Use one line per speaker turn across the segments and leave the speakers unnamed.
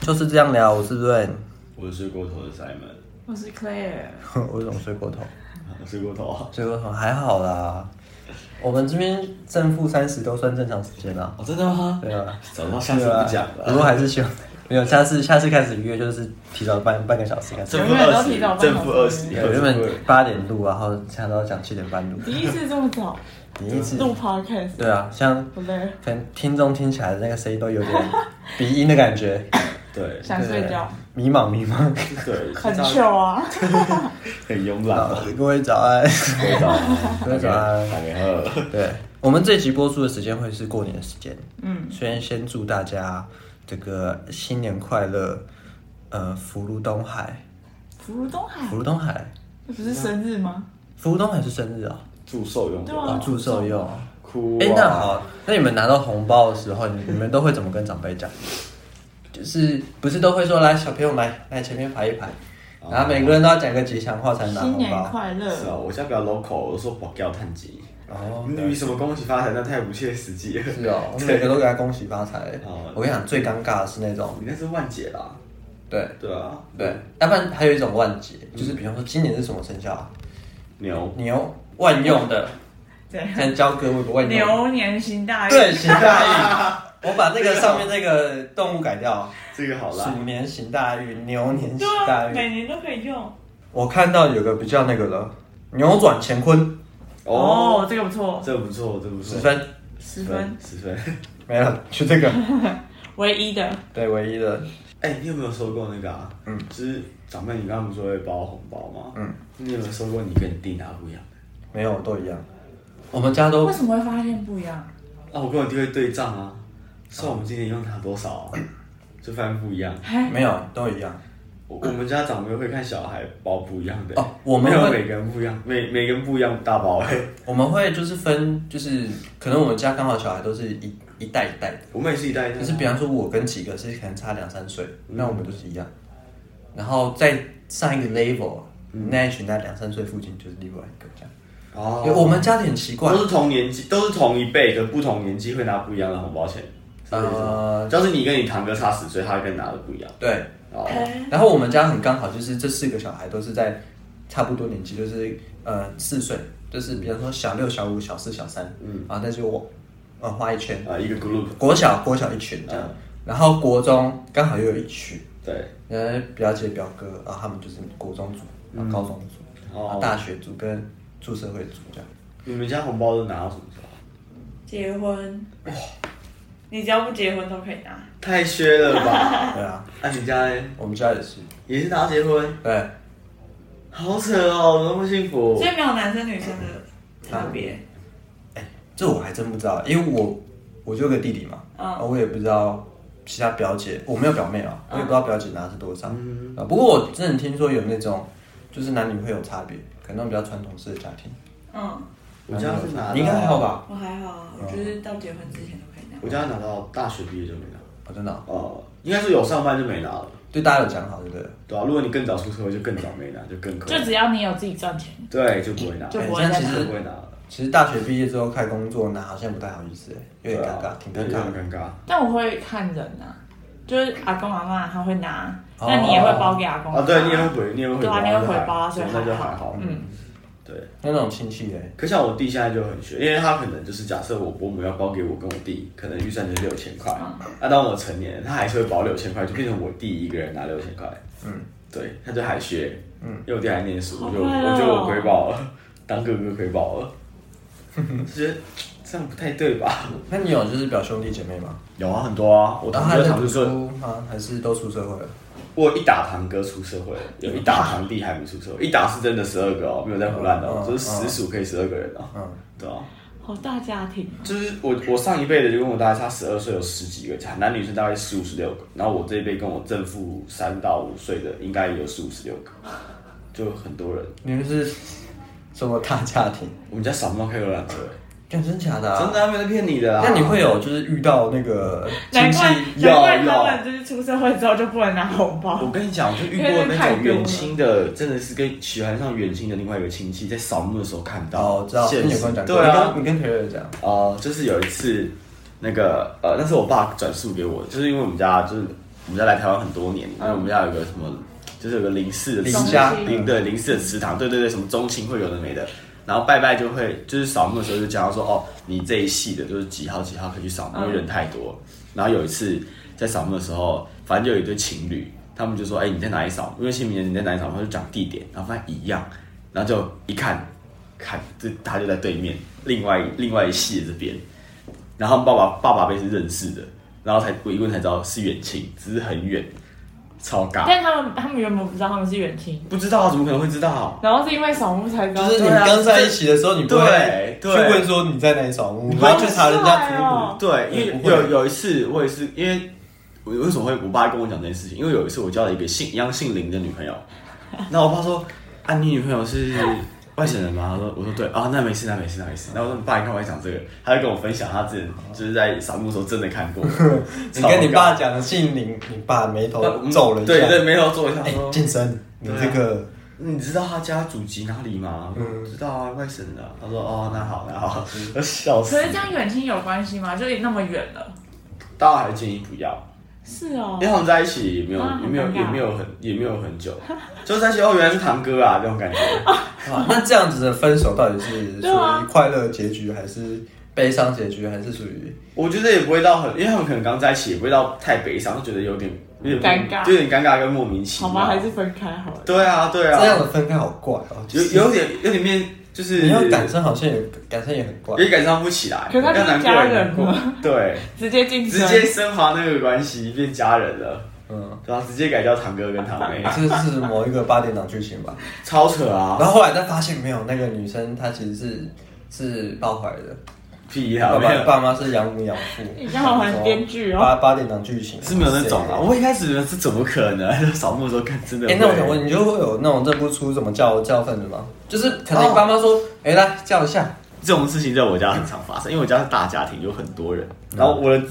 就是这样聊，我是 Rain，
我是睡过头的 Simon，
我是 Claire，
我怎么睡过头？
啊睡过头啊！
睡过头还好啦，我们这边正负三十都算正常时间啦。
哦，真的吗？
对啊，
早知道下次不讲
不过
了。
还是希望 没有下次下次开始约就是提早半半个小时开始。
正负
永远
二
都
十
提早，
正
半小
负啊二
时
十，
对我原本八点录，然后现在都要讲七点半录。
第一次这么早
你一直
录 Podcast，
对啊，像
好累，
可能听众听起来的那个声音都有点鼻音的感觉，
对
想睡觉，
迷茫迷茫。
对，
很
这样
chill 啊，
很慵懒
好
啊。，
各位早安。
各位早安，
各位早安
大家好。
对，我们这集播出的时间会是过年的时间，
嗯，
所以先祝大家这个新年快乐，呃，福如东海，
福如东海
福，如东海，
这不是生日吗？
福如东海是生日啊、
祝寿用
对
哦，
啊
祝寿用。
哭啊
哎、那好，那你们拿到红包的时候，你你们都会怎么跟长辈讲？就是不是都会说来小朋友来来前面排一排，然后每个人都要讲个吉祥话才拿
新
红
年
包。
快
是啊，
乐，
我家比较 local，我说保镖探集。
哦，
你什么恭喜发财，那太不切实际了。
是哦，我每个都给他恭喜发财
哦。
我跟你讲，最尴尬的是那种
你那是万劫啦。
对。
对啊，
对，要不然还有一种万劫，就是比方说今年是什么生肖啊？
牛
牛，万用的，
对，
先教各位个万用的。
牛年行大运，
对，行大运。我把那个上面那个动物改掉，
这个好啦。
鼠年行大运，牛年行
对啊
大，运。
每年都可以用。
我看到有个比较那个了，扭转乾坤，
哦，，这个不错，
这不错，这不错。
十分
十分，
十分。
没了，就这个，
唯一的，
对，唯一的。
哎、你有没有收过那个啊？
嗯
就是长辈，你刚刚不是会包红包吗？
嗯，
你有没有收过你跟你弟拿不一样的？
没有，都一样。我们家都
为什么会发现不一样？
啊，我跟我弟会对账啊，算我们今年用拿多少、啊，就发现不一样。
哎，
没有，都一样。
我我们家长辈会看小孩包不一样的、
哦我们
没有
会
每个人不一样，每每个人不一样大包哎、
我们会就是分，就是可能我们家刚好小孩都是一一代一代的。
我们也是一代一代。啊
可是比方说，我跟几个是可能差两三岁，
嗯
那我们都是一样。然后再上一个 level，、那一群在两三岁附近就是另外一个这样。
嗯哦，
因为我们家里很奇怪
都，是同年纪，都是同一辈的，不同年纪会拿不一样的红包钱。是不是
呃
就是你跟你堂哥差十岁，他跟你拿的不一样。
对。
哦，
然后我们家很刚好就是这四个小孩都是在差不多年纪，就是呃四岁，就是比方说小六、小五、小四、小三，嗯，然后再就往呃画一圈，
啊，一个 group，
国小国小一群这样，
嗯
然后国中刚好又有一群，
对，
呃，表姐表哥，然后他们就是国中组、然后高中组、
嗯哦
然后大学组跟住社会组这样。
你们家红包都拿到什么时候？
结婚，你只要不结婚都可以拿，
哦
太削了吧？
对啊，
那、你家呢
我们家也是。
也是拿结婚，
对，
好扯哦，那么幸福
所以没有男生女生的差别。
这我还真不知道，因为我我就有个弟弟嘛，
嗯
啊我也不知道其他表姐，我没有表妹啊，我也不知道表姐拿的是多少。
嗯
啊，不过我真的听说有那种，就是男女会有差别，可能那种比较传统式的家庭。
嗯，
我家是啊拿到，
你应该还好？吧？
我还好啊，我就是到结婚之前都可以拿。
我家拿到大学毕业就没拿，
哦，真的哦、
哦、应该是有上班就没拿了，
对大家有讲好，对不对？
对啊，如果你更早出社会，就更早没拿，就更可
就只要你有自己赚钱，
对，就不会拿，
就
哎
不会
现在
再
其
拿
实
不会拿了，
其实大学毕业之后开工作拿，好像不太好意思，哎有点
对
尴
啊
尬，挺尴尬
有
的。
点尴尬。
但我会看人啊，就是阿公阿妈他会拿，
哦
那你也会包给阿公阿
啊，
嬷
对，你也会回，你也会回
对啊，
包，
你会回
包，
包，所以
那就还
还
好，
嗯，，
对。
那那种亲戚欸嘞，
可像我弟现在就很学，因为他可能就是假设我伯母要包给我跟我弟，可能预算就是六千块。
嗯
那、当我成年，他还是会包六千块，就变成我弟一个人拿六千块。
嗯，
对，他就还学，嗯，因为我弟还念书，
好
我就
快乐哦
我觉得我亏爆了，当哥哥亏 爆了，就觉得这样不太对吧？
那你有就是表兄弟姐妹吗？
有啊，很多啊，我
然后
堂
还
哥
在
堂
读
哥，
书吗？啊还是都出社会了？
我有一打堂哥出社会了，有一打堂弟还没出社会，一打是真的十二个哦，没有在胡乱的哦，
嗯
就是实属可以十二个人哦，
嗯，
对啊。
好大家庭哦，
就是我我上一辈的就跟我大概差十二岁，有十几个，男女生大概十五十六个，然后我这一辈跟我正负三到五岁的应该也有十五十六个， 就很多人。
你们是什么大家庭？
我们家少不到开游览车，
干真假的、啊？
真的、啊、没在骗你的啦。
那你会有就是遇到那个亲
难
戚
怪难
有
怪他们
有
就是出社会之后就不能拿红包
我，跟你讲，我就遇过那种远亲的，真的是跟喜欢上远亲的另外一个亲戚，在扫墓的时候看到。
哦，知道，
现
你
实
有跟我讲过，
对啊，
你跟你跟 Terry 讲，
呃，就是有一次，那个呃，那是我爸转述给我，就是因为我们家就是我们家来台湾很多年，然后我们家有个什么，就是有个零四的
林
祠
家
林对零四的祠堂，对对对，什么宗亲会有的没的。然后拜拜就会，就是扫墓的时候就讲到说，哦，你这一系的就是几号几号可以去扫墓，因为人太多。然后有一次在扫墓的时候，反正就有一对情侣，他们就说，哎，你在哪里扫？因为清明节你在哪里扫墓，他就讲地点，然后发现一样，然后就一看，看这他就在对面，另外另外一系的这边。然后爸爸爸爸辈是认识的，然后才我一问才知道是远亲，只是很远，超尬，
但他们他们原本不知道他们是远亲，
不知道啊怎么可能会知道？
然后是因为扫墓才知道。
就是你
对啊
刚在一起的时候，你不会
对
去
对
问说你在哪里扫墓，你要去查人家族
好帅
谱
哦。
对，因
嗯
为
不会
有有一次我也是因为我为什么会我爸跟我讲这件事情，因为有一次我交了一个姓一样姓林的女朋友，那我爸说啊你女朋友是外省人吗？他说我说对啊那没事那没事那没事，那我说你爸你干嘛讲这个？他就跟我分享他之前就是在扫墓的时候真的看 过，
你跟你爸
超尬
讲的姓林，你爸眉头
那我们
皱了一下。
对对，眉头皱了一下
哎，
说。
晋升，你这个
你知道他家祖籍哪里吗？
嗯
嗯，知道啊，外省的。他说哦，那好，那好，我笑死
可。是这样远亲有关系吗？就是那么远了。
大家还建议不要，
是哦
因为，他们在一起也没有，
啊
也没有，
很尴尬
也没有很，也没有很久，就是在一起哦，原来是堂哥啊，这种 感觉。
哇啊那这样子的分手到底是属
对啊
于快乐结局，还是悲伤结局，还是属于
我觉得也不会到很，因为他们可能刚在一起，也不会到太悲伤，就觉得有点有点
尴尬
就有点尴尬跟莫名其
好
妙。
吧，还是分开好了。
对啊，对
这样
啊，
的分开好怪哦？就
有
是
有点有点面，就是
你要感啊伤，好像也感伤也很怪
有。点感伤不起来，
可是
要
他就是
难过
家
也
人
难过，对，
直接晋
直
升，
接升华那个关系变家人了。
嗯，
对啊，直接改叫堂哥跟堂妹，
这是某一个八点档剧情吧？
超扯啊！
然后后来再发现没有，那个女生她其实是是抱怀的，
屁
爸
呀，啊没
爸
有，
爸妈是养母养父。
你这样好像编剧哦
八八点档剧情
是没有那种啊。
谁
我一开始觉得是怎么可能？啊 扫墓的时候看真的
哎、
会。
那我想问，你就会有那种认不出怎么叫叫份的吗？就是可
哦
能爸妈说，哎、来叫一下，
这种事情在我家很常发生，因为我家是大家庭，有很多人，
嗯
然后我的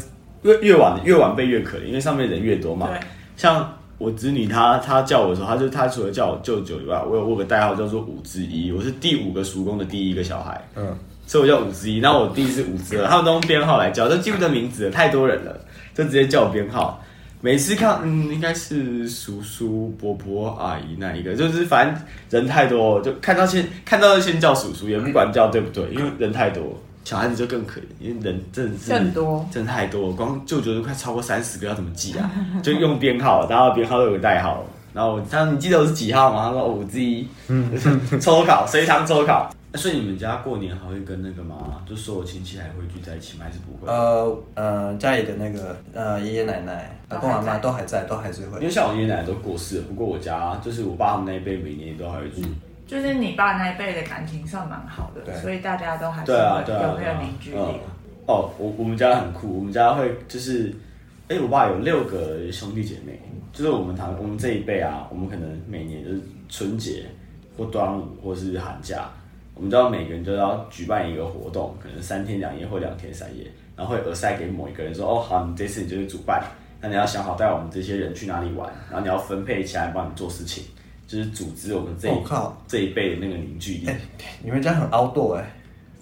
越越晚越晚辈越可怜，因为上面人越多嘛
对。
像我侄女她她叫我的时候，她就她除了叫我舅舅以外，我有我有个代号叫做五之一，我是第五个叔公的第一个小孩。
嗯，
所以我叫五之一，然后我弟是五之二，他们都用编号来叫，都记不得名字了，太多人了，就直接叫我编号。每次看，嗯，应该是叔叔、伯伯、阿姨那一个，就是反正人太多，就看到先看到就先叫叔叔，也不管叫对不对，因为人太多。小孩子就更可怜，因为人真的是
更多
真的太多，光舅舅都快超过三十个，要怎么记啊？ 就用编号，然后编号都有个代号。然后我他说你记得我是几号吗？他说哦五之一， 抽考，随堂抽考。哎所以你们家过年还会跟那个吗？就所有亲戚还会聚在一起吗？还是不会？
呃呃，家里的那个呃爷爷奶奶、阿公阿妈都还在，都还是
因
会。
为像我爷爷奶奶都过世了，不过我家就是我爸他们那一辈，每年都还会聚。
就是你爸那一辈的感情算蛮好
对
的，所以大家都还是
对啊，
会
对啊
有，那
对
个
啊
凝聚
嗯
力。
哦，我我们家很酷，我们家会就是，哎、我爸有六个兄弟姐妹，就是我们堂我们这一辈啊，我们可能每年就是春节或端午或是寒假，我们都要每个人都要举办一个活动，可能三天两夜或两天三夜，然后会耳塞给某一个人说，哦，好，你这次你就是主办，那你要想好带我们这些人去哪里玩，然后你要分配起来帮你做事情，就是组织我们这一、
我哦靠
这一辈的那个凝聚力，
哎、你们家很凹惰哎、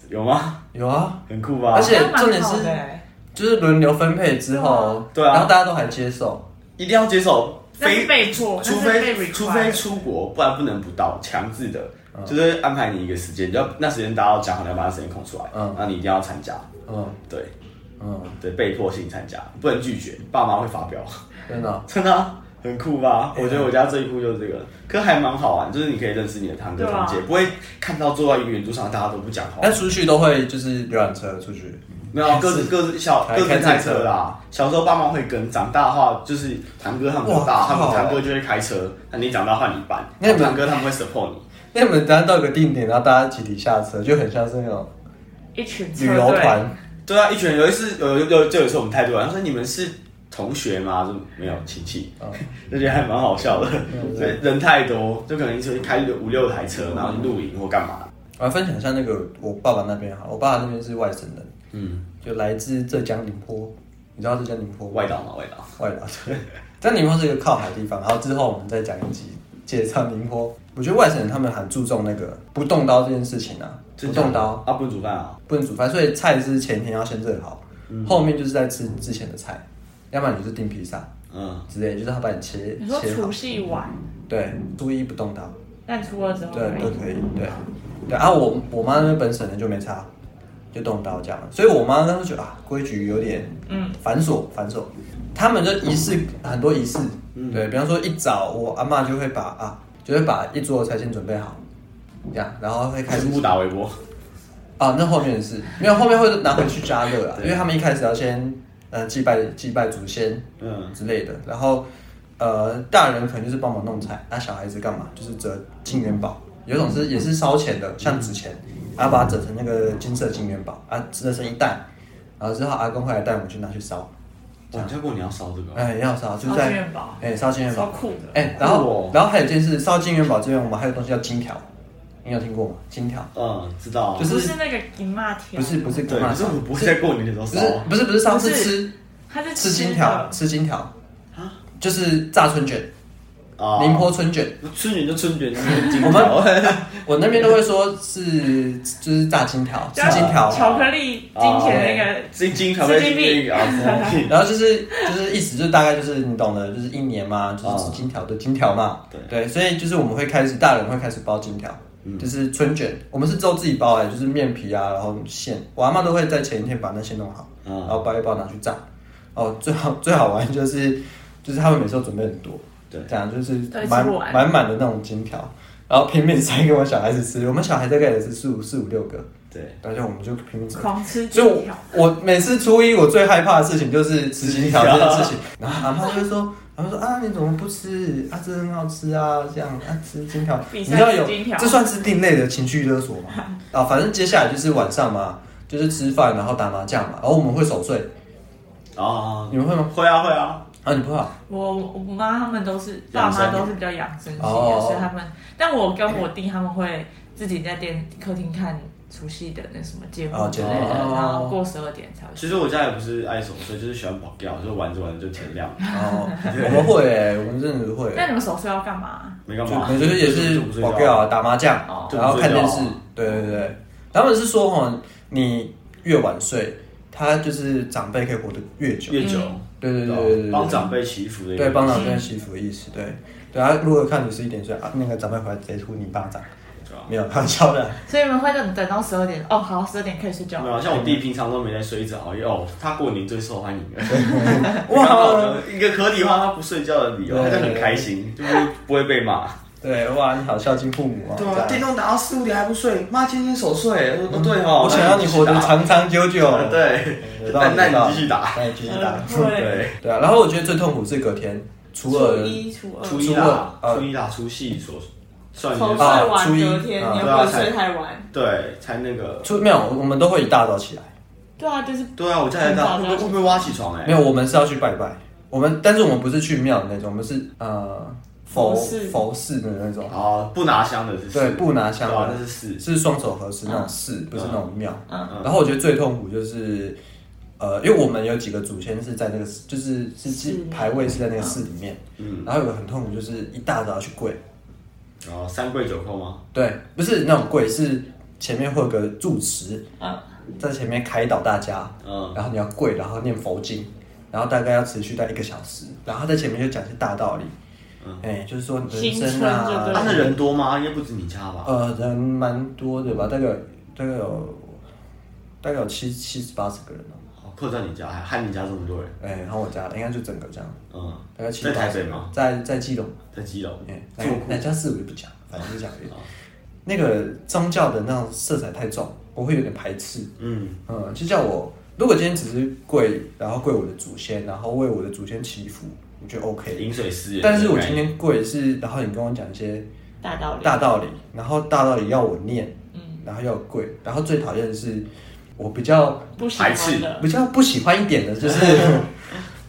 有吗？
有啊，
很酷吧？
而且
那蛮好
重点是
的欸
就是轮流分配之后，
对啊
然后大家都还接受，
一定要接受，
那
非
是被迫，
除
那是被
非
require
除非出国，不然不能不到，强制的，就是安排你一个时间，你要那时间大家要讲好，你要把那时间空出来，
嗯
那你一定要参加，
嗯
对
嗯，
对，被迫性参加，不能拒绝，爸妈会发飙，
真的哦、
真的啊、很酷吧？我觉得我家最酷就是这个，可还蛮好玩，就是你可以认识你的堂哥
对啊
堂姐，不会看到坐在一个圆桌上大家都不讲话
那，出去都会就是游览车出去，
没有各自各自小
开
各自
开
开
自己车
车啦。小时候爸妈会跟，长大的话就是堂哥他们
哇
长大，他
靠
们堂哥就会开车，那你长大换你搬，
那你们
堂哥他们会 support 你。
那你们等下到一个定点，然后大家集体下车，就很像是那种
一群车
旅游团，
对啊，一群人有一次有有有就有一次我们太多人，他说你们是同学吗？就没有亲戚，
嗯
就觉得还蛮好笑的。所以人太多，就可能一次开五六台
嗯
车，然后去露营或干嘛。
我来分享一下那个我爸爸那边哈，我爸爸那边是外省人，
嗯，
就来自浙江宁波，你知道浙江宁波吗
外岛嘛，外岛。
外岛对，但宁波是一个靠海地方，然后之后我们再讲一集介绍宁波。我觉得外省人他们很注重那个不动刀这件事情啊，不动刀
啊，不能煮饭啊。
不能煮饭，所以菜是前一天要先热好，后面就是在吃之前的菜，要不然你就是订披萨，
嗯，
之类，就是他把你切
你说
切好
除。夕晚，
对，初一不动刀，
但初二之后
对，
没
都可以，对，对啊，我我妈那边本省人就没差，就动刀这样，所以我妈当时觉得啊，规矩有点
嗯
繁琐繁琐，他们就仪式很多仪式，对比方说一早我阿妈就会把啊，就会把一桌的菜先准备好，这样，然后会开
还
始
是不打微波，
啊，那后面的事没有，后面会拿回去加热啊，
对
因为他们一开始要先呃祭拜祭拜祖先
嗯，
之类的，然后呃大人可能就是帮忙弄菜，那、啊小孩子干嘛？就是折金元宝，有一种
嗯
是也是烧钱的，像纸钱，然后把它折成那个金色金元宝啊，折成一袋，然后之后阿公会来带我们去拿去烧，
哇，你家过年要烧这个哦，
哎，要烧就
烧金
在
元宝
哎烧金元
超
宝，
酷的。
哎，然后
酷哦
然后还有一件事，烧金元宝这边我们还有东西叫金条，你有听过吗？金条
嗯，知道啊，
就
不
是
是那个银麻条，
不是啊不是
对，可是我不会在过年的时候
不
烧
是
啊，
不是不是烧，是
不是
吃
它是
吃
吃
金
的
条，吃金条，就是炸春卷，
啊
宁波春卷。
春卷就春卷，金
我
条，
我那边都会说是就是炸金条，吃
叫
金条，哦
巧克力
啊
金钱那个
金金条被
吃金币
啊，吃 金币
然后就是就是意思就是大概就是你懂的，就是一年嘛，就是
哦
吃金条对金条嘛，
对嗯
所以就是我们会开始大人会开始包金条，就是春卷，我们是之后自己包哎、就是面皮啊，然后馅，我阿妈都会在前一天把那些弄好，
嗯
然后包一包拿去炸。哦，最好最好玩就是就是他们每次都准备很多，
对
这样就是
对
满
吃不完
满满的那种金条，然后拼命塞给我小孩子吃，我们小孩大概也是四五四五六个，
对，
然后就我们就拼命吃。
狂吃
所以
金
我
条，
我每次初一我最害怕的事情就是吃金条这件事情，然后阿妈就会说，阿妈说啊你怎么不吃啊这很好吃啊这样啊吃金条，
比
你
赛
知道有
吃金条
这算是另类的情绪勒索吗？啊反正接下来就是晚上嘛，就是吃饭然后打麻将嘛，然后我们会守岁，
啊，
你们会吗？
会啊会啊，
啊你不会啊？
我我妈他们都是爸妈都是比较养生型的，
哦
所以他们，但我跟我弟他们会自己在电客厅看除夕的那什么节目
哦
之类
节
的，
目
然后过十二点才会睡。
其实我家也不是爱守岁，就是喜欢跑掉，就玩着玩着就天亮，
哦，我们会、欸，我们真的会、
那你们守岁要干嘛？
没干
就
嘛，
可能就是也是
就不睡
保
觉
镖啊，打麻将
哦，
然后看电视
就不睡觉啊。
对对对，他们是说哈，你越晚睡，他就是长辈可以活得越久。
越久，
对嗯对对
吧
对对对，
帮长辈祈福的一个，
对帮长辈祈福的意思。对对啊，如果看你十一点睡啊，那个长辈回来直接吐你巴掌，
对吧
没有开玩笑的。
所以你们会等等到十二点？哦，好，十二点可以睡觉
没。有，像我弟平常都没在睡，一直熬夜。哦，他过年最受欢迎 了。
哇，
哇，一个合理化他不睡觉的理由，
对
他就很开心，就不会不会被骂。
对哇，你好孝敬父母啊！这样
动打到四五点还不睡，妈今天守岁。哦，对哦
我想要你活得。长长久久。
那你继
有
续打对，
道理，
那那
有道
你
理
继续打。
那你继续打。
对，
对，
对啊，然后我觉得最痛苦是隔天初二
初一、初二，
初
守
一打，
呃
初一打出戏所算
岁
是
啊
完
初一
隔天，
啊
你又
对啊
不能睡太晚。
对，才那个。
初没有，我们都会一大早起来。
对啊，就是
对啊，我家也打，
很
会
早
被会被挖起床哎
没。有，我们是要去拜拜。我们，但是我们不是去庙的那种，我们是呃佛
佛寺
佛寺的那种，
哦，不拿香的是四
对，不拿香
对啊，那
的，
是四。
是双手合十那种寺，不是那种庙。
嗯
嗯
然后我觉得最痛苦就是，呃，因为我们有几个祖先是在那个，就是是是
寺
牌位是在那个寺里面，
嗯，
然后有个很痛苦就是一大早要去跪，
然后哦三跪九叩吗？
对，不是那种跪，是前面会有个住持
嗯，
在前面开导大家，
嗯，
然后你要跪，然后念佛经，然后大概要持续在一个小时，然后他在前面就讲一些大道理，
嗯
哎、就是说人
新
生
春就
他
啊
对，
那人多吗？应该不止你家吧？
呃，人蛮多的吧，大概有大概有大概有七七十八十个人哦、
哦客在你家，还还你家这么多人，
哎、然后我家应该就整个这样，
嗯，
大概七
在台北吗？
在在基隆，
在基隆
哎、，
这
哪
么酷
哪家是我就不讲，反正就讲而已
哦
那个宗教的那种色彩太重，我会有点排斥。
嗯，
嗯，就叫我，如果今天只是跪，然后跪我的祖先，然后为我的祖先祈福，我觉得 OK。
饮水思源。
但是我今天跪是，然后你跟我讲一些
大道理。
大道理，然后大道理要我念，
嗯，
然后要我跪，然后最讨厌的是，我比较
不喜欢的。
比较不喜欢一点的 就是，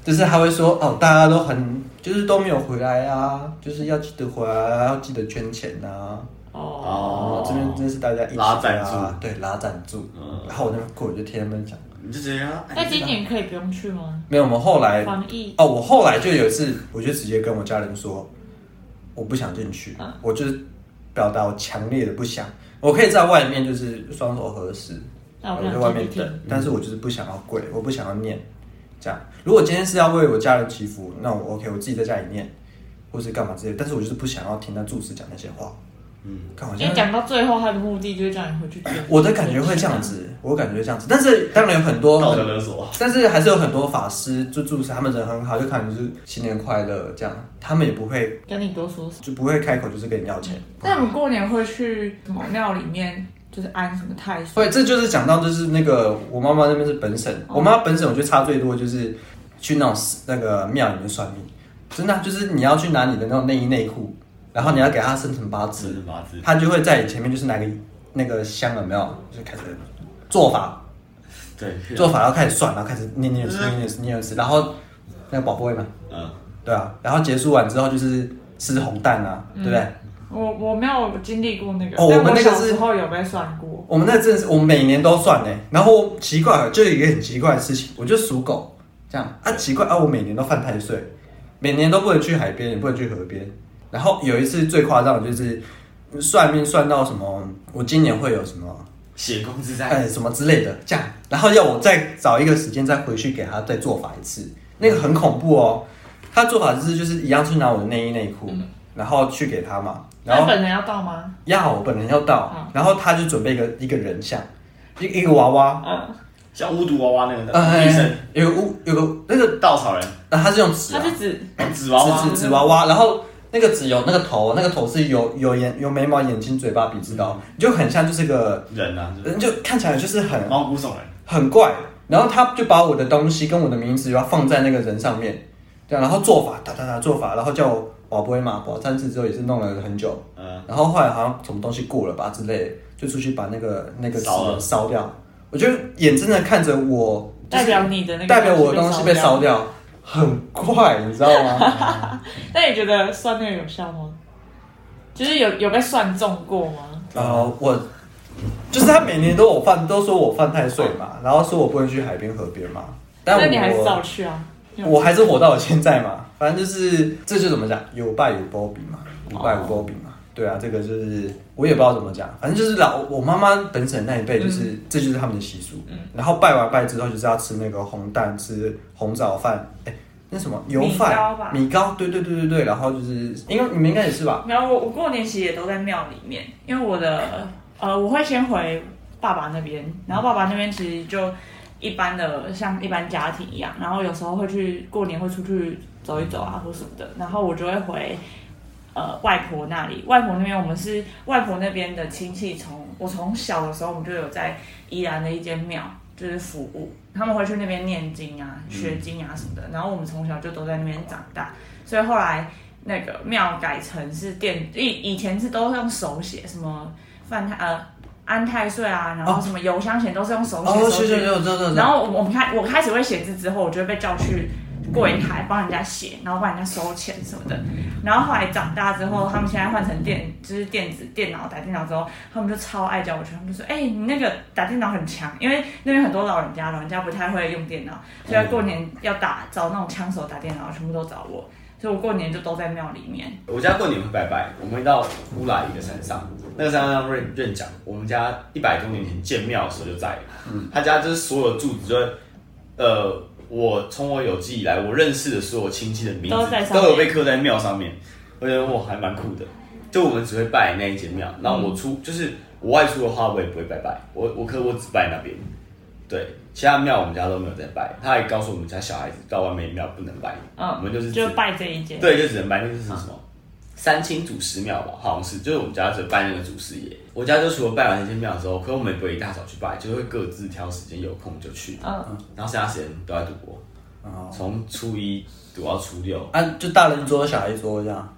就是他会说哦，大家都很就是都没有回来啊，就是要记得回来啊，要记得捐钱啊，
哦，
哦
哦，，
这边真是大家一起
拉赞
啊
助
对，拉赞助，
嗯
然后我那边跪，我就天天讲。
你就直接啊，
那今年可以不用去吗？
没有，我们后来
防疫
哦，我后来就有一次，我就直接跟我家人说，我不想进去，
嗯
我就是表达我强烈的不想。我可以在外面就是双手合十，
那我不
我
想
在外面
进去
等，但是我就是不想要跪，我不想要念，这样，如果今天是要为我家人祈福，那我 OK，我自己在家里念，或是干嘛之类的，但是我就是不想要听他住持讲那些话。嗯，看好
因为
像
讲到最后，他的目的就是叫你回去捐。
我的感觉会这样子，我感觉这样子，但是当然有很多
道德勒索，
但是还是有很多法师就住持，他们人很好，就看你就是新年快乐这样，他们也不会
跟你多说什么。
就不会开口就是跟你要钱。
那你们过年会去什么庙里面，就是安什么太岁？
对，这就是讲到就是那个我妈妈那边是本省，我妈本省我觉得差最多就是去那种寺那个庙里面算命，真的啊就是你要去拿你的那种内衣内裤，然后你要给她生辰八
真
字，
是八字，
她就会在你前面就是拿个那个香有没有，就开始做法
对，
做法，然后开始算，然后开始念念念念念念，然后那个宝贝嘛。
嗯，
对啊，然后结束完之后就是吃红蛋啊，对不对？
我我没有经历过那个，
哦
但
我们那个
小
是
时候有被算过。
我们那阵子我们每年都算呢，然后奇怪就有一个很奇怪的事情，我就属狗，这样啊奇怪啊，我每年都犯太岁，每年都不能去海边，也不能去河边。然后有一次最夸张的就是算命算到什么，我今年会有什么
血光之灾，
哎什么之类的这样，然后要我再找一个时间再回去给他再做法一次，那个很恐怖哦。他做法就是就是一样去拿我的内衣内裤，然后去给他嘛，然后
那本人要到吗？
要本人要到，
嗯
然后他就准备一个一个人像，一一个娃娃，
嗯，
像巫毒娃娃那个
呃，
医生，
有个屋有个那个，
稻草人，
啊，他是用纸、
他
啊，
就只
纸娃娃
纸，纸纸娃娃，然后那个纸有那个头，那个头是有有眼有眉毛、眼睛、嘴巴、鼻子的哦，你就很像就是个呃
人啊，就是
人，就看起来就是很
毛骨悚然，
很怪。然后他就把我的东西跟我的名字要放在那个人上面，对啊、然后做法哒哒哒做法，然后叫我宝贝嘛，宝三次之后也是弄了很久，
嗯，
然后后来好像什么东西过了吧之类的，就出去把那个那个纸
烧了
烧掉。我就眼睁睁看着我，
代表你的那个
代表我的东西被烧
掉。
掉，很快，你知道 吗？
那你觉得算那个有效吗？就是有有被算中过吗？
呃，我就是他每年都有犯，都说我犯太岁嘛，然后说我不能去海边河边嘛，但我
那你还是照去啊。
我还是活到了现在嘛，反正就是这就怎么讲，有败有褒比嘛，有败有褒比嘛。对啊，这个就是我也不知道怎么讲，反正就是老我妈妈本省那一辈，就是、这就是他们的习俗。然后拜完拜之后，就是要吃那个红蛋，吃红枣饭，哎，那什么油
米糕吧
饭、米糕，对对对对对。然后就是，应该你们应该也是吧？
然后我我过年其实也都在庙里面，因为我的呃，我会先回爸爸那边，然后爸爸那边其实就一般的像一般家庭一样，然后有时候会去过年会出去走一走啊或什么的，然后我就会回呃外婆那里，外婆那边我们是外婆那边的亲戚从，我从小的时候我们就有在宜兰的一间庙就是服务，他们会去那边念经啊、
嗯
学经啊什么的，然后我们从小就都在那边长大，所以后来。那个庙改成是电，以以前是都用手写，什么范太呃安太岁啊，然后什么油香钱都是用手写。
哦，
手
是
写
是是，我知道知道知
然
道。
后我我们开我开始会写字之后，我就会被叫去柜台帮人家写，然后帮人家收钱什么的。然后后来长大之后，他们现在换成电就是电子电脑打电脑之后，他们就超爱叫我去，他们就说：“哎、你那个打电脑很强，因为那边很多老人家，老人家不太会用电脑，所以过年要打找那种枪手打电脑，全部都找我。”所以我过年就都在庙里面。
我家过年会拜拜，我们会到乌来一个山上，那个山上让任任讲，我们家一百多年前建庙的时候就在了，他家就是所有的柱子就会，呃，我从我有记忆以来，我认识的所有亲戚的名
都在
字
上面
都有被刻在庙上面，我觉得哇还蛮酷的，就我们只会拜那一间庙，然后我出、就是我外出的话，我也不会拜拜，我我可我只拜那边，对，其他庙我们家都没有在拜，他还告诉我们家小孩子到外面庙不能拜，
嗯，
我们就是
就
只
拜这一间。
对，就只能拜那个是什么、啊三清祖师庙吧，好像是，就是我们家只拜那个祖师爷。我家就除了拜完那些庙之后，可我们也不会一大早去拜，就会各自挑时间有空就去，
嗯，
然后剩下时间都在赌博，
哦
从初一赌到初六，
啊，就大人一桌，小孩一桌这样，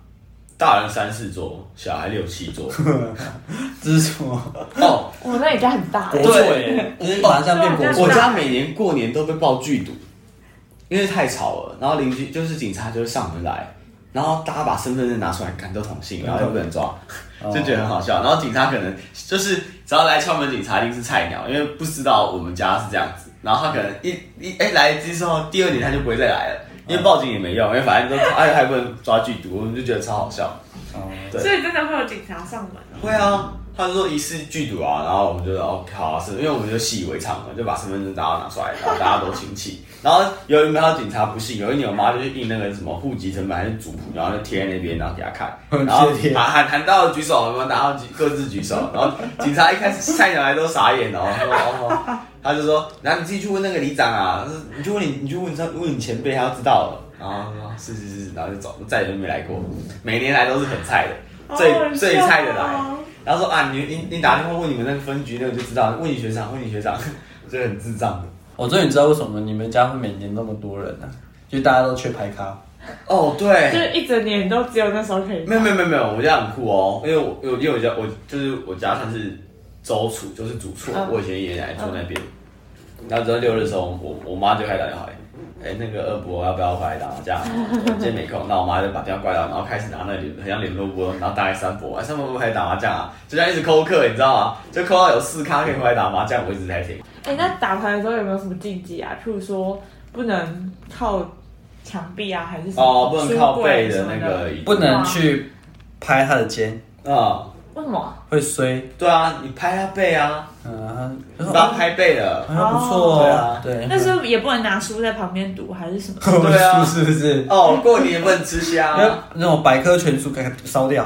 大人三四桌，小孩六七桌。
这是什么？
哦，
我那你家很大、
国粹，就是马上变国
对
粹
我。家每年过年都被爆剧毒，因为太吵了，然后邻居就是警察就会上门来，然后大家把身份证拿出来看，都同性，然后又不能抓，就觉得很好笑。然后警察可能就是只要来敲门，警察一定是菜鸟，因为不知道我们家是这样子，然后他可能一一哎、来一次之后，第二年他就不会再来了。因为报警也没用，因为反正都哎还不能抓剧毒，我们就觉得超好笑。
哦
对
所以真的会有警察上门哦。
会啊，他就说一次剧毒啊，然后我们就哦好、啊，是因为我们就习以为常了，就把身份证大家拿出来，然后大家都亲戚。 然后有一年有警察不信，有一年我妈就去印那个什么户籍成本还是族谱，然后就贴在那边，然后给他看，然后
谢谢
喊喊喊到举手，我们然后举各自举手，然后警察一开始看小孩都傻眼哦，说哦，哦他就说，然后你自己去问那个里长啊，你去问你你去问他问你前辈，他就知道了。然后他说是是是，然后就走，再也就没来过，每年来都是很菜
哦
的，最、
好好
最
笑
菜的来。
哦
然后说啊，你你你打电话问你们那个分局那个就知道，问你学长，问你学长， 这很智障的。
我终于知道为什么你们家会每年那么多人了、就大家都缺排咖。
哦，
就
对，
是一整年都只有那时候可以。
没有没有没有没有，我家很酷哦，因为我因为我家我就是我家算是周厨，就是主厨，
嗯
我以前爷爷奶奶住那边。然后只要六日的时候，我我妈就开始打电话来，哎，那个二伯要不要回来打麻将？我今天没空，那我妈就把电话挂掉，然后开始拿那里很像联络簿，然后打给三伯，哎，三伯不回来打麻将啊，就这样一直扣客，你知道吗？就扣到有四咖可以回来打麻将，我一直在听。
哎、那打牌的时候有没有什么禁忌啊？譬如说不能靠墙壁啊，还是什么
哦，不能靠背
书
的
柜什
那
么
个
的？，
不能去拍他的肩，
啊、
为什么啊？
会衰。
对啊，你拍他背啊，
嗯，他
你
说
把他
啊，
拍背了。
好像不错哦
哦。
对，
但 啊是也不能拿书在旁边读，还是什么？
对啊
是不是？
哦，过年不能吃虾，
啊
那那种百科全书给它烧掉。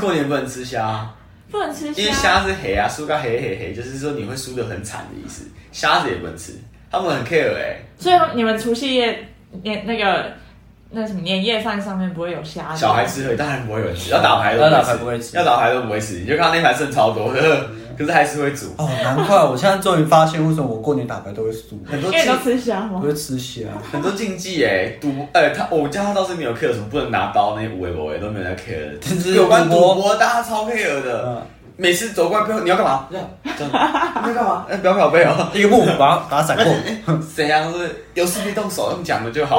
过年不能吃虾，
不能吃
因为虾是黑啊，输到黑黑黑，就是说你会输得很惨的意思。虾子也不能吃，他们很 care 哎、
所以你们除夕夜年那个那什么年夜饭上面不会有虾子？
小孩吃会，当然不会有人吃，要打牌都
要打牌不会吃
要打牌都不会吃，你就看到那盘剩超多， 呵呵可是还是会煮。
哦，难怪我现在终于发现为什么我过年打牌都会输，
很多
因
禁
为你都吃虾
我
吗？
会吃啊虾。
很多禁忌哎、赌哎、他我家他倒是没有 care 什么不能拿刀那些微博哎都没有在 care 的，
就是
有关
赌
赌
博
博大家超 care 的。
嗯，
每次走过来，朋友，你要干嘛？这样，这样，你要 干嘛？哎，不要靠背哦。
一个木把它把它闪过。
怎样是有事别动手，用讲的就好。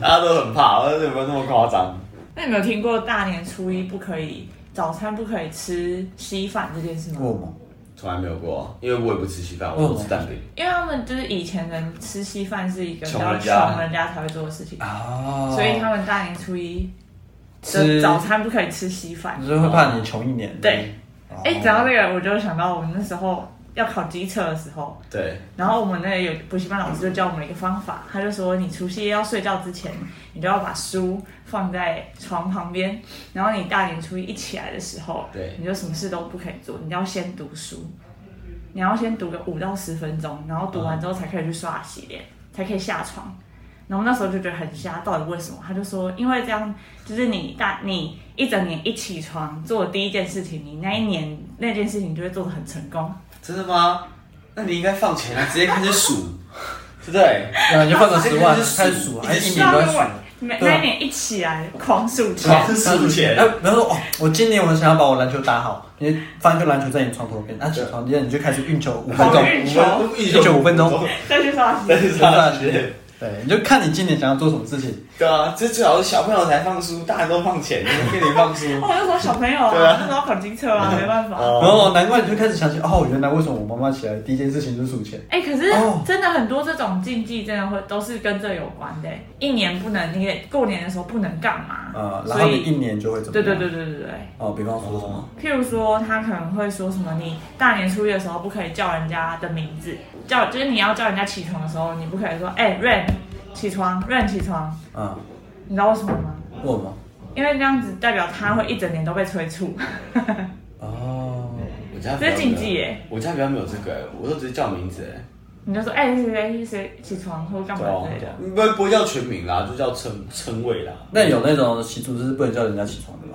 大家都很怕，我说有没有那么夸张？
那你没有听过大年初一不可以早餐不可以吃稀饭这件事吗？
过 吗？
从来没有过，因为我也不吃稀饭，我都吃蛋饼。
因为他们就是以前人吃稀饭是一个比
穷
较
人家
穷人家才会做的事情，
啊，
哦所以他们大年初一
吃
的早餐不可以吃稀饭。
就是会怕你穷一年。
对
哦，
哎、讲到这个，我就想到我们那时候要考机车的时候，
对，
然后我们那个有补习班老师就教我们一个方法，他就说你除夕夜要睡觉之前，你就要把书放在床旁边，然后你大年初一一起来的时候，
对
你就什么事都不可以做，你要先读书，你要先读个五到十分钟，然后读完之后才可以去刷牙洗脸，才可以下床。然后那时候就觉得很瞎，到底为什么？他就说，因为这样就是你大你一整年一起床做的第一件事情，你那一年那件事情就会做得很成功。
真的吗？那你应该放钱啊，直接开始数，对不 对？
那你就放个十万
这个就是
开始数，哎
一直
还一年都在数。
每
对啊啊
那一年一起来狂数钱，
狂数钱
然后然后说哦，我今年我想要把我篮球打好，你翻个篮球在你床头边，那起床垫你就开始运球五分钟
狂，运球，
一
一九五分钟，
再去刷牙洗 哦
但
脸。
是大学。
啊对，你就看你今年想要做什么事情。
对啊，这最好是小朋友才放书，大人都放钱，给你放书。
我那时候小朋友啊，
对啊
那时候考机车
嗯
啊，没办法。
然后难怪你就开始想起，哦，原来为什么我妈妈起来第一件事情就是数钱。
哎、可是
哦
真的很多这种禁忌，真的会都是跟这有关的、一年不能，你过年的时候不能干嘛？
呃，然
所
后你一
以，
年就会怎么
对
样？
对对对对对。
哦，比方说什么？
譬如说，他可能会说什么，你大年初一的时候不可以叫人家的名字，叫就是你要叫人家起床的时候，你不可以说，哎、r a n 起床，Rain 起床，
啊，
你知道为什么吗？
问吗？
因为这样子代表他会一整年都被催促。
哦，
我家比较
这是禁忌
没有
耶
我家比较没有这个耶，我都直接叫名字哎。
你就说，哎、谁谁谁谁起床或干嘛之类
啊
的。
不不会叫全名啦，就叫称称谓啦。
那有那种习俗就是不能叫人家起床的吗？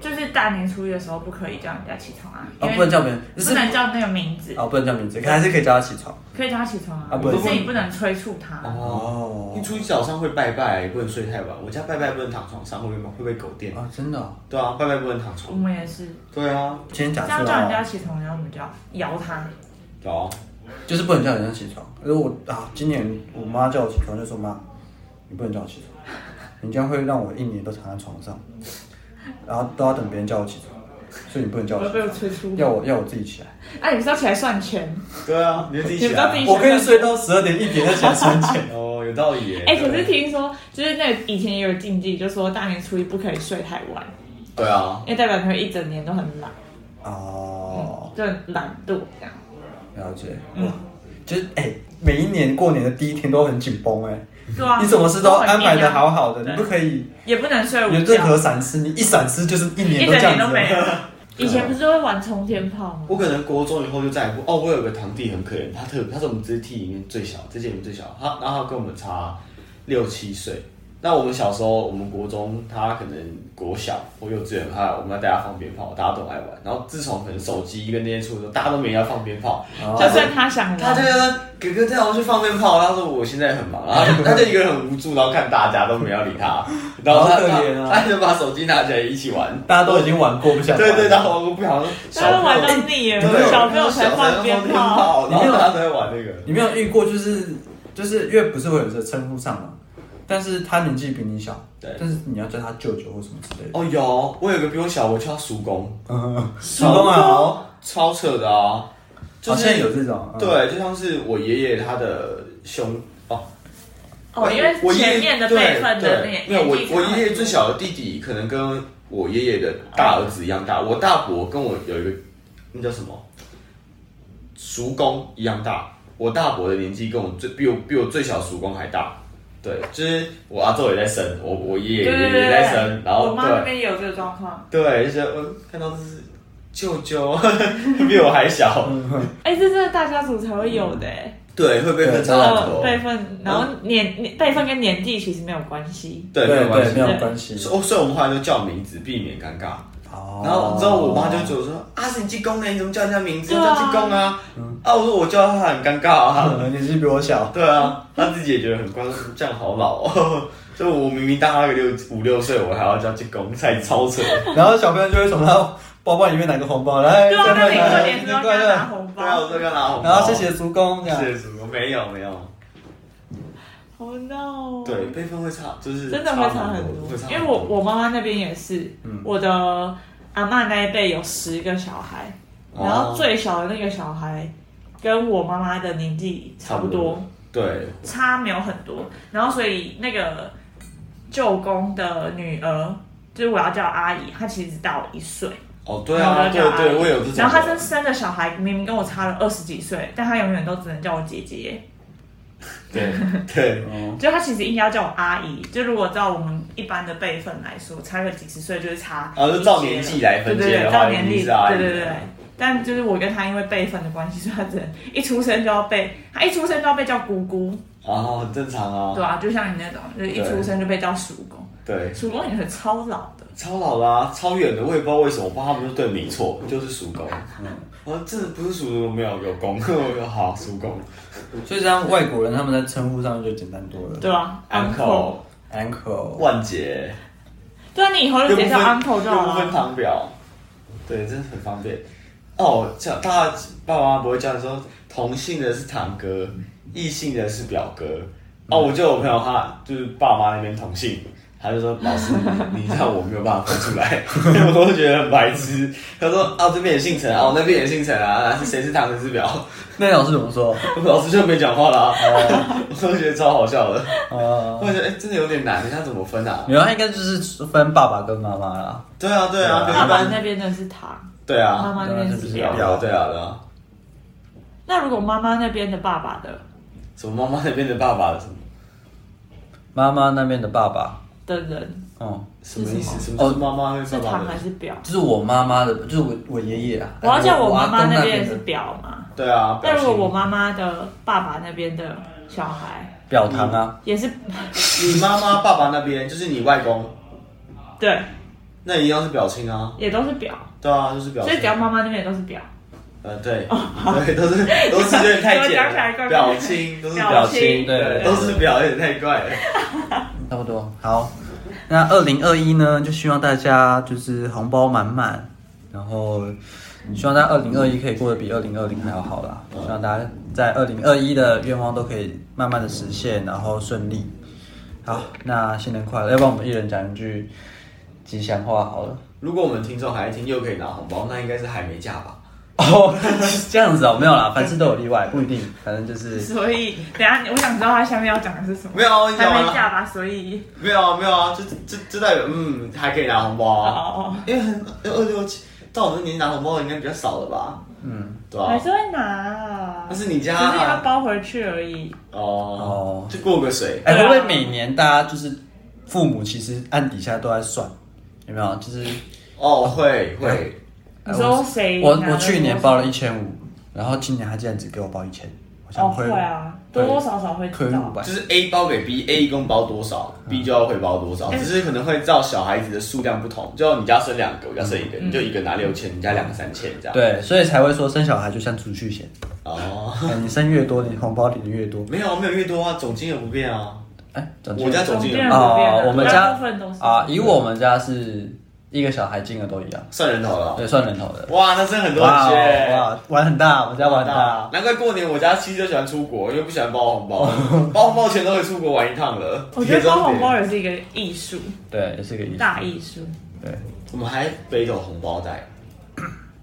就是大年初一的时候不可以叫人家起床啊，
啊，
因为
不能叫别人，
不能叫那个名字，
啊，不能叫名字，可还是可以叫他起床。
可以叫他起床啊，
啊不
可
能
是你不能催促他。
哦，
哦
你，初一早上会拜拜，不能睡太晚。我家拜拜不能躺床上，会被会被狗电。
啊，真的哦。
对啊，拜拜不能躺
我
床。
们也是，
对啊，
今天假
这
设
样叫人家
啊，
起床，然后我们就要摇他。
有啊
就是不能叫人家起床。如果我啊，今年我妈叫我起床，就说妈，你不能叫我起床，你这样会让我一年都躺在床上， 然后都要等别人叫我起床，所以你不能叫
我
我
要
起
被我
床，
催促。
要我要我自己起来。
哎，你不是要起来算钱？
对啊，你就自己起
你不知道
来
自己
啊。
我可以睡到十二点一点再起来存钱。
哦，有道理耶。
哎，可
对
是听说就是那个以前也有禁忌，就说大年初一不可以睡太晚，
对啊，
因为代表你会一整年都很懒。
哦，
就懒惰这样。
了解，哇，就是哎、每一年过年的第一天都很紧绷哎，
对啊，
你什么事都安排的好好的，
对
你不可以
啊也不能睡午
有任
觉
何，闪失，你一闪失就是一
一
年都
整
这样
年
子啊
都没有
了。。
以前不是都会玩冲天炮吗？
我可能国中以后就再也不哦，我有个堂弟很可怜，他特他是我们这一梯里面最小，这届里面最小，他然后他跟我们差六七岁。那我们小时候，我们国中他可能国小或幼稚园，他我们要带他放鞭炮，大家都很爱玩。然后自从可能手机跟那些出的时候，大家都没人要放鞭炮，
哦
就算他想
他就
玩，
说哥哥带我去放鞭炮，他说我现在很忙，然后他就他就一个人很无助，然后看大家都没有理 他，然后他
好可怜啊
他他就把手机拿起来一起玩，
大家都已经玩过，不想玩
对对，然后我不想说
他
小
都
朋
玩
友
到腻了，
对，
小朋友才放鞭炮。，
然后大家都在玩那个。
你没有遇过就是就是因为不是会有这称呼上嘛，但是他年纪比你小，
对
但是你要叫他舅舅或什么之类的。
哦，有，我有个比我小，我叫他叔公，
嗯，叔公好，
超扯的啊！哦就
好像
是
有这种，嗯，
对，就像是我爷爷他的兄哦，
哦，因为
我爷
前
爷
面的辈分的那
对对没有我我爷爷最
小。
小的弟弟可能跟我爷爷的大儿子一样大，我大伯跟我有一个那叫什么叔公一样大，我大伯的年纪跟我最比我比我最小叔公还大。对，就是我阿昼也在生，我我爷爷
对对
也
对
也
对
在生，然后
我妈那边也有这个状况。
对，就是我看到这是舅舅， 比我还小，
嗯
哎、这真的大家族才会有的、欸，
对，会被分
嗯
差很
哦
多，
辈分，然后年年辈分跟年纪其实没有关系。
对，没
对
有关
对，没
系。
有关系。
所以所以我们后来就叫名字，避免尴尬。
哦
然后之后我妈就觉得说：“啊，是你济公呢？你怎么叫人家名字？
对啊
叫济公啊？”
嗯
啊，我说我叫他很尴尬啊。
嗯年纪比我小，
对啊，他自己也觉得很尴尬，说这样好老哦。 就我明明大他个六五六岁，我还要叫济公，才超扯。
然后小朋友就会从他包包里面拿个红包来，
对啊，
快
那你
乐
过年
新
之后
年
给
快
他拿
乐，
红
对啊，我
包
说要拿红包。
然后谢嗯谢叔公这
谢
样。
谢主公，没有没有。
，Oh no！
对，辈分会差，就是
真的会差很
会差嗯
多，
很
因为我我妈妈那边也是，我的阿嬷那一辈有十个小孩，
哦
然后最小的那个小孩跟我妈妈的年纪差不多，
哦对，
差没有很多，然后所以那个舅公的女儿，就是我要叫阿姨，她其实只大我一岁，
哦对
然后我
啊，
要
对
叫阿姨
对，我有这种。
然后她生生的小孩明明跟我差了二十几岁，但她永远都只能叫我姐姐，
对 对，
哦
就她其实应该要叫我阿姨，就如果照我们一般的辈分来说，差个几十岁就是差，
然后啊就哦照年纪来
对
分
对
界
对，
的话，
照年
一定
龄，
是阿姨啊
对对对。但就是我跟她因为辈分的关系，所以她只能一出生就要被，她一出生就要被叫姑姑，
哦，很正常啊。
对啊，就像你那种，就是一出生就被叫叔公，
对，
叔公也是超老的。
超老啦、超远的，我也不知道为什么，我帮他们就对名错，就是属狗。嗯，我真的不是属狗，没 有有公，我有好属狗
所以这样外国人他们在称呼上就简单多了
对啊
uncle
，uncle。
万杰，
对啊，你以后
又
就直
不
接
分
叫 uncle 就
又不
好
分
了。
堂表，对，真的很方便。哦，叫大家爸爸妈妈不会叫你说同姓的是堂哥，异姓的是表哥。哦，我就有朋友他就是爸妈那边同姓，他就说老师，你你让我没有办法分出来， 我都觉得很白痴。他说啊，这边也姓陈啊，哦那边也姓陈啊，是谁是堂哥是表？
那老师怎么说？
老师就没讲话啦、 我都觉得超好笑的。
呃
我，觉得哎、真的有点难，你看怎么分啊？
没有，他应该就是分爸爸跟妈妈啦。
对啊，对啊，跟
爸
一
爸
般
那边的是他，
对
妈
啊，
妈那边是
对啊
表。
对啊，对啊，对啊。
那如果妈妈那边的爸爸的
什么妈妈那边的爸爸的什么
妈妈那边的爸爸，
的人
哦、
什么意思？什
是什么
么叫妈妈
是
跟爸爸
堂
的
还？是表？
就是我妈妈的，就是我我爷爷啊。
我要叫我妈妈
阿公
那
那
边
的
是表嘛？
对啊，
那
表
如
情
果我妈妈的爸爸那边的小孩
表堂啊，
也是，
你妈妈爸爸那边就是你外公，
对，
那一样是表亲啊，
也都是表，
对啊，就是表
所以只
亲
要。妈妈那边也都是表。
呃，对，对，都 是都是有点太简
讲起来怪
了，
怪的
表 亲都是
表
表
亲
亲，
对
都是表，有点太怪了。
差不多。好，那二零二一呢，就希望大家就是红包满满，然后希望在二零二一可以过得比二零二零还要好啦。希望大家在二零二一的愿望都可以慢慢的实现，然后顺利。好，那新年快乐！要不然我们一人讲一句吉祥话好了。
如果我们听众还在听，又可以拿红包，那应该是还没嫁吧？
哦， 这样子哦，没有啦，凡事都有例外，不一定，反正就是
所以等一下我想知道他下面要讲的是什么。
没有啊，你
还
讲完
没
了。
嫁吧？所以
没有啊，没有啊，就就就代表嗯，还可以拿红包
哦
啊，
哦，
因为很二六七到我们年纪拿红包的应该比较少了吧？
嗯，
对吧、
还是会拿啊，
那是你
只
家
是要
啊
包回去而已。
哦
哦，
就过个水，
哎、
对
会
啊
不会每年大家就是父母其实暗底下都在算，有没有？就是
哦，会会，
哎
你说
我
谁
我
拿了
我去年
多少
包了一千五，然后今年他竟然只给我包一千，我
哦，
想亏
会
了、
啊，多多少少会
亏五
知道。
百
就。是 A 包给 B，A 一共包多少，B
嗯
就要会包多
嗯
少，只是可能会照小孩子的数量不同，就你家生两个，我家生一个，你就一个拿六千，你家两个三千这样。，
嗯对，所以才会说生小孩就像储蓄险，
哦，
哎你生越多，你红包领的越多。
没有没有越多啊，总金额不变啊。
哎，总
我家总
总
金
店
额
啊
不
不变
哦
的
我们
大
家
部分都是
啊，以我们家是一个小孩金额都一样，
算人头了，
对，算人头的。
哇，那真的很多
哇
钱。
哇，玩很大，我们家玩很大。
难怪过年我家妻子就喜欢出国，因为不喜欢包 红包，包红包前都会出国玩一趟了。
我觉得包红包
铁中铁，
也是一个艺术，
对，也是一个意思。
大艺术。
对，
我们还背着红包袋，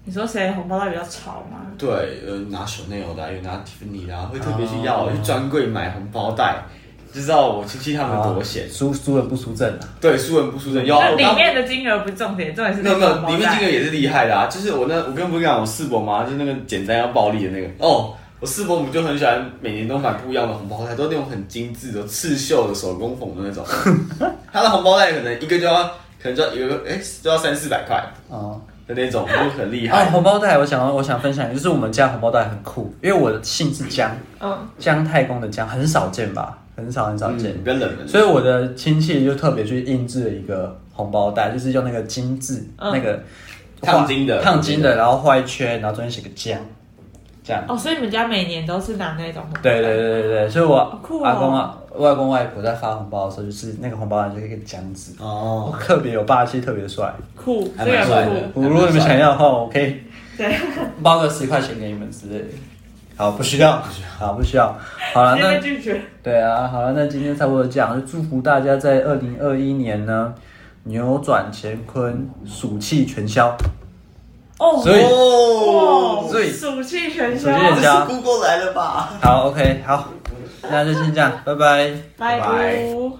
你说谁的红包袋比较潮吗？
对，呃，拿 Chanel 的啊，有拿 Tiffany 的啊，会特别
哦
去要、去专柜买红包袋，就知道我亲戚他们多闲。
啊输输人不输阵啊。
对，输人不输阵，要
啊那
哦我
里
刚
面的金额不重点，重点是
没有没有，里面
金
金
额
额也是厉害的啊！就是我那我跟不讲，我四伯妈就是那个简单要暴力的那个哦。我四伯母就很喜欢每年都买不一样的红包袋，都那种很精致的刺绣的手工缝 的那种。她的红包袋可能一个就要，可能就要有个哎、就要三四百块
哦，
的那种，就很厉
啊，
哦
害。
红包袋，我想要我想分享，就是我们家红包袋很酷，因为我的姓是江，
嗯，
姜太公的姜很少见吧，很少很少见。
嗯，比较冷门。
所以我的亲戚就特别去印制了一个红包袋，就是用那个金字、
嗯
那个
烫金的
烫金的，然后画一圈，然后中间写个姜，这样。
哦，所以你们家每年都是拿那种红包袋
对对对对对，所以我
酷哦
阿公啊、外公外婆在发红包的时候，就是那个红包袋就是一个姜字，
哦，
特别有霸气，特别帅。
酷，
还
这个
蛮帅的
很酷，
如果你们想要的话，我可以
对，
包个十块钱给你们之类的。好，不需要， 好，不需要。好了，
直接
那
被拒绝。
对啊，好了，那今天差不多这样，就祝福大家在二零二一年呢扭转乾坤，暑气全消。
哦，
所以
哦
哇，
所以
暑气全消
暑，气全
这是 Google 来了吧？
好，OK，好，那就先这样，拜拜。
拜
拜
拜。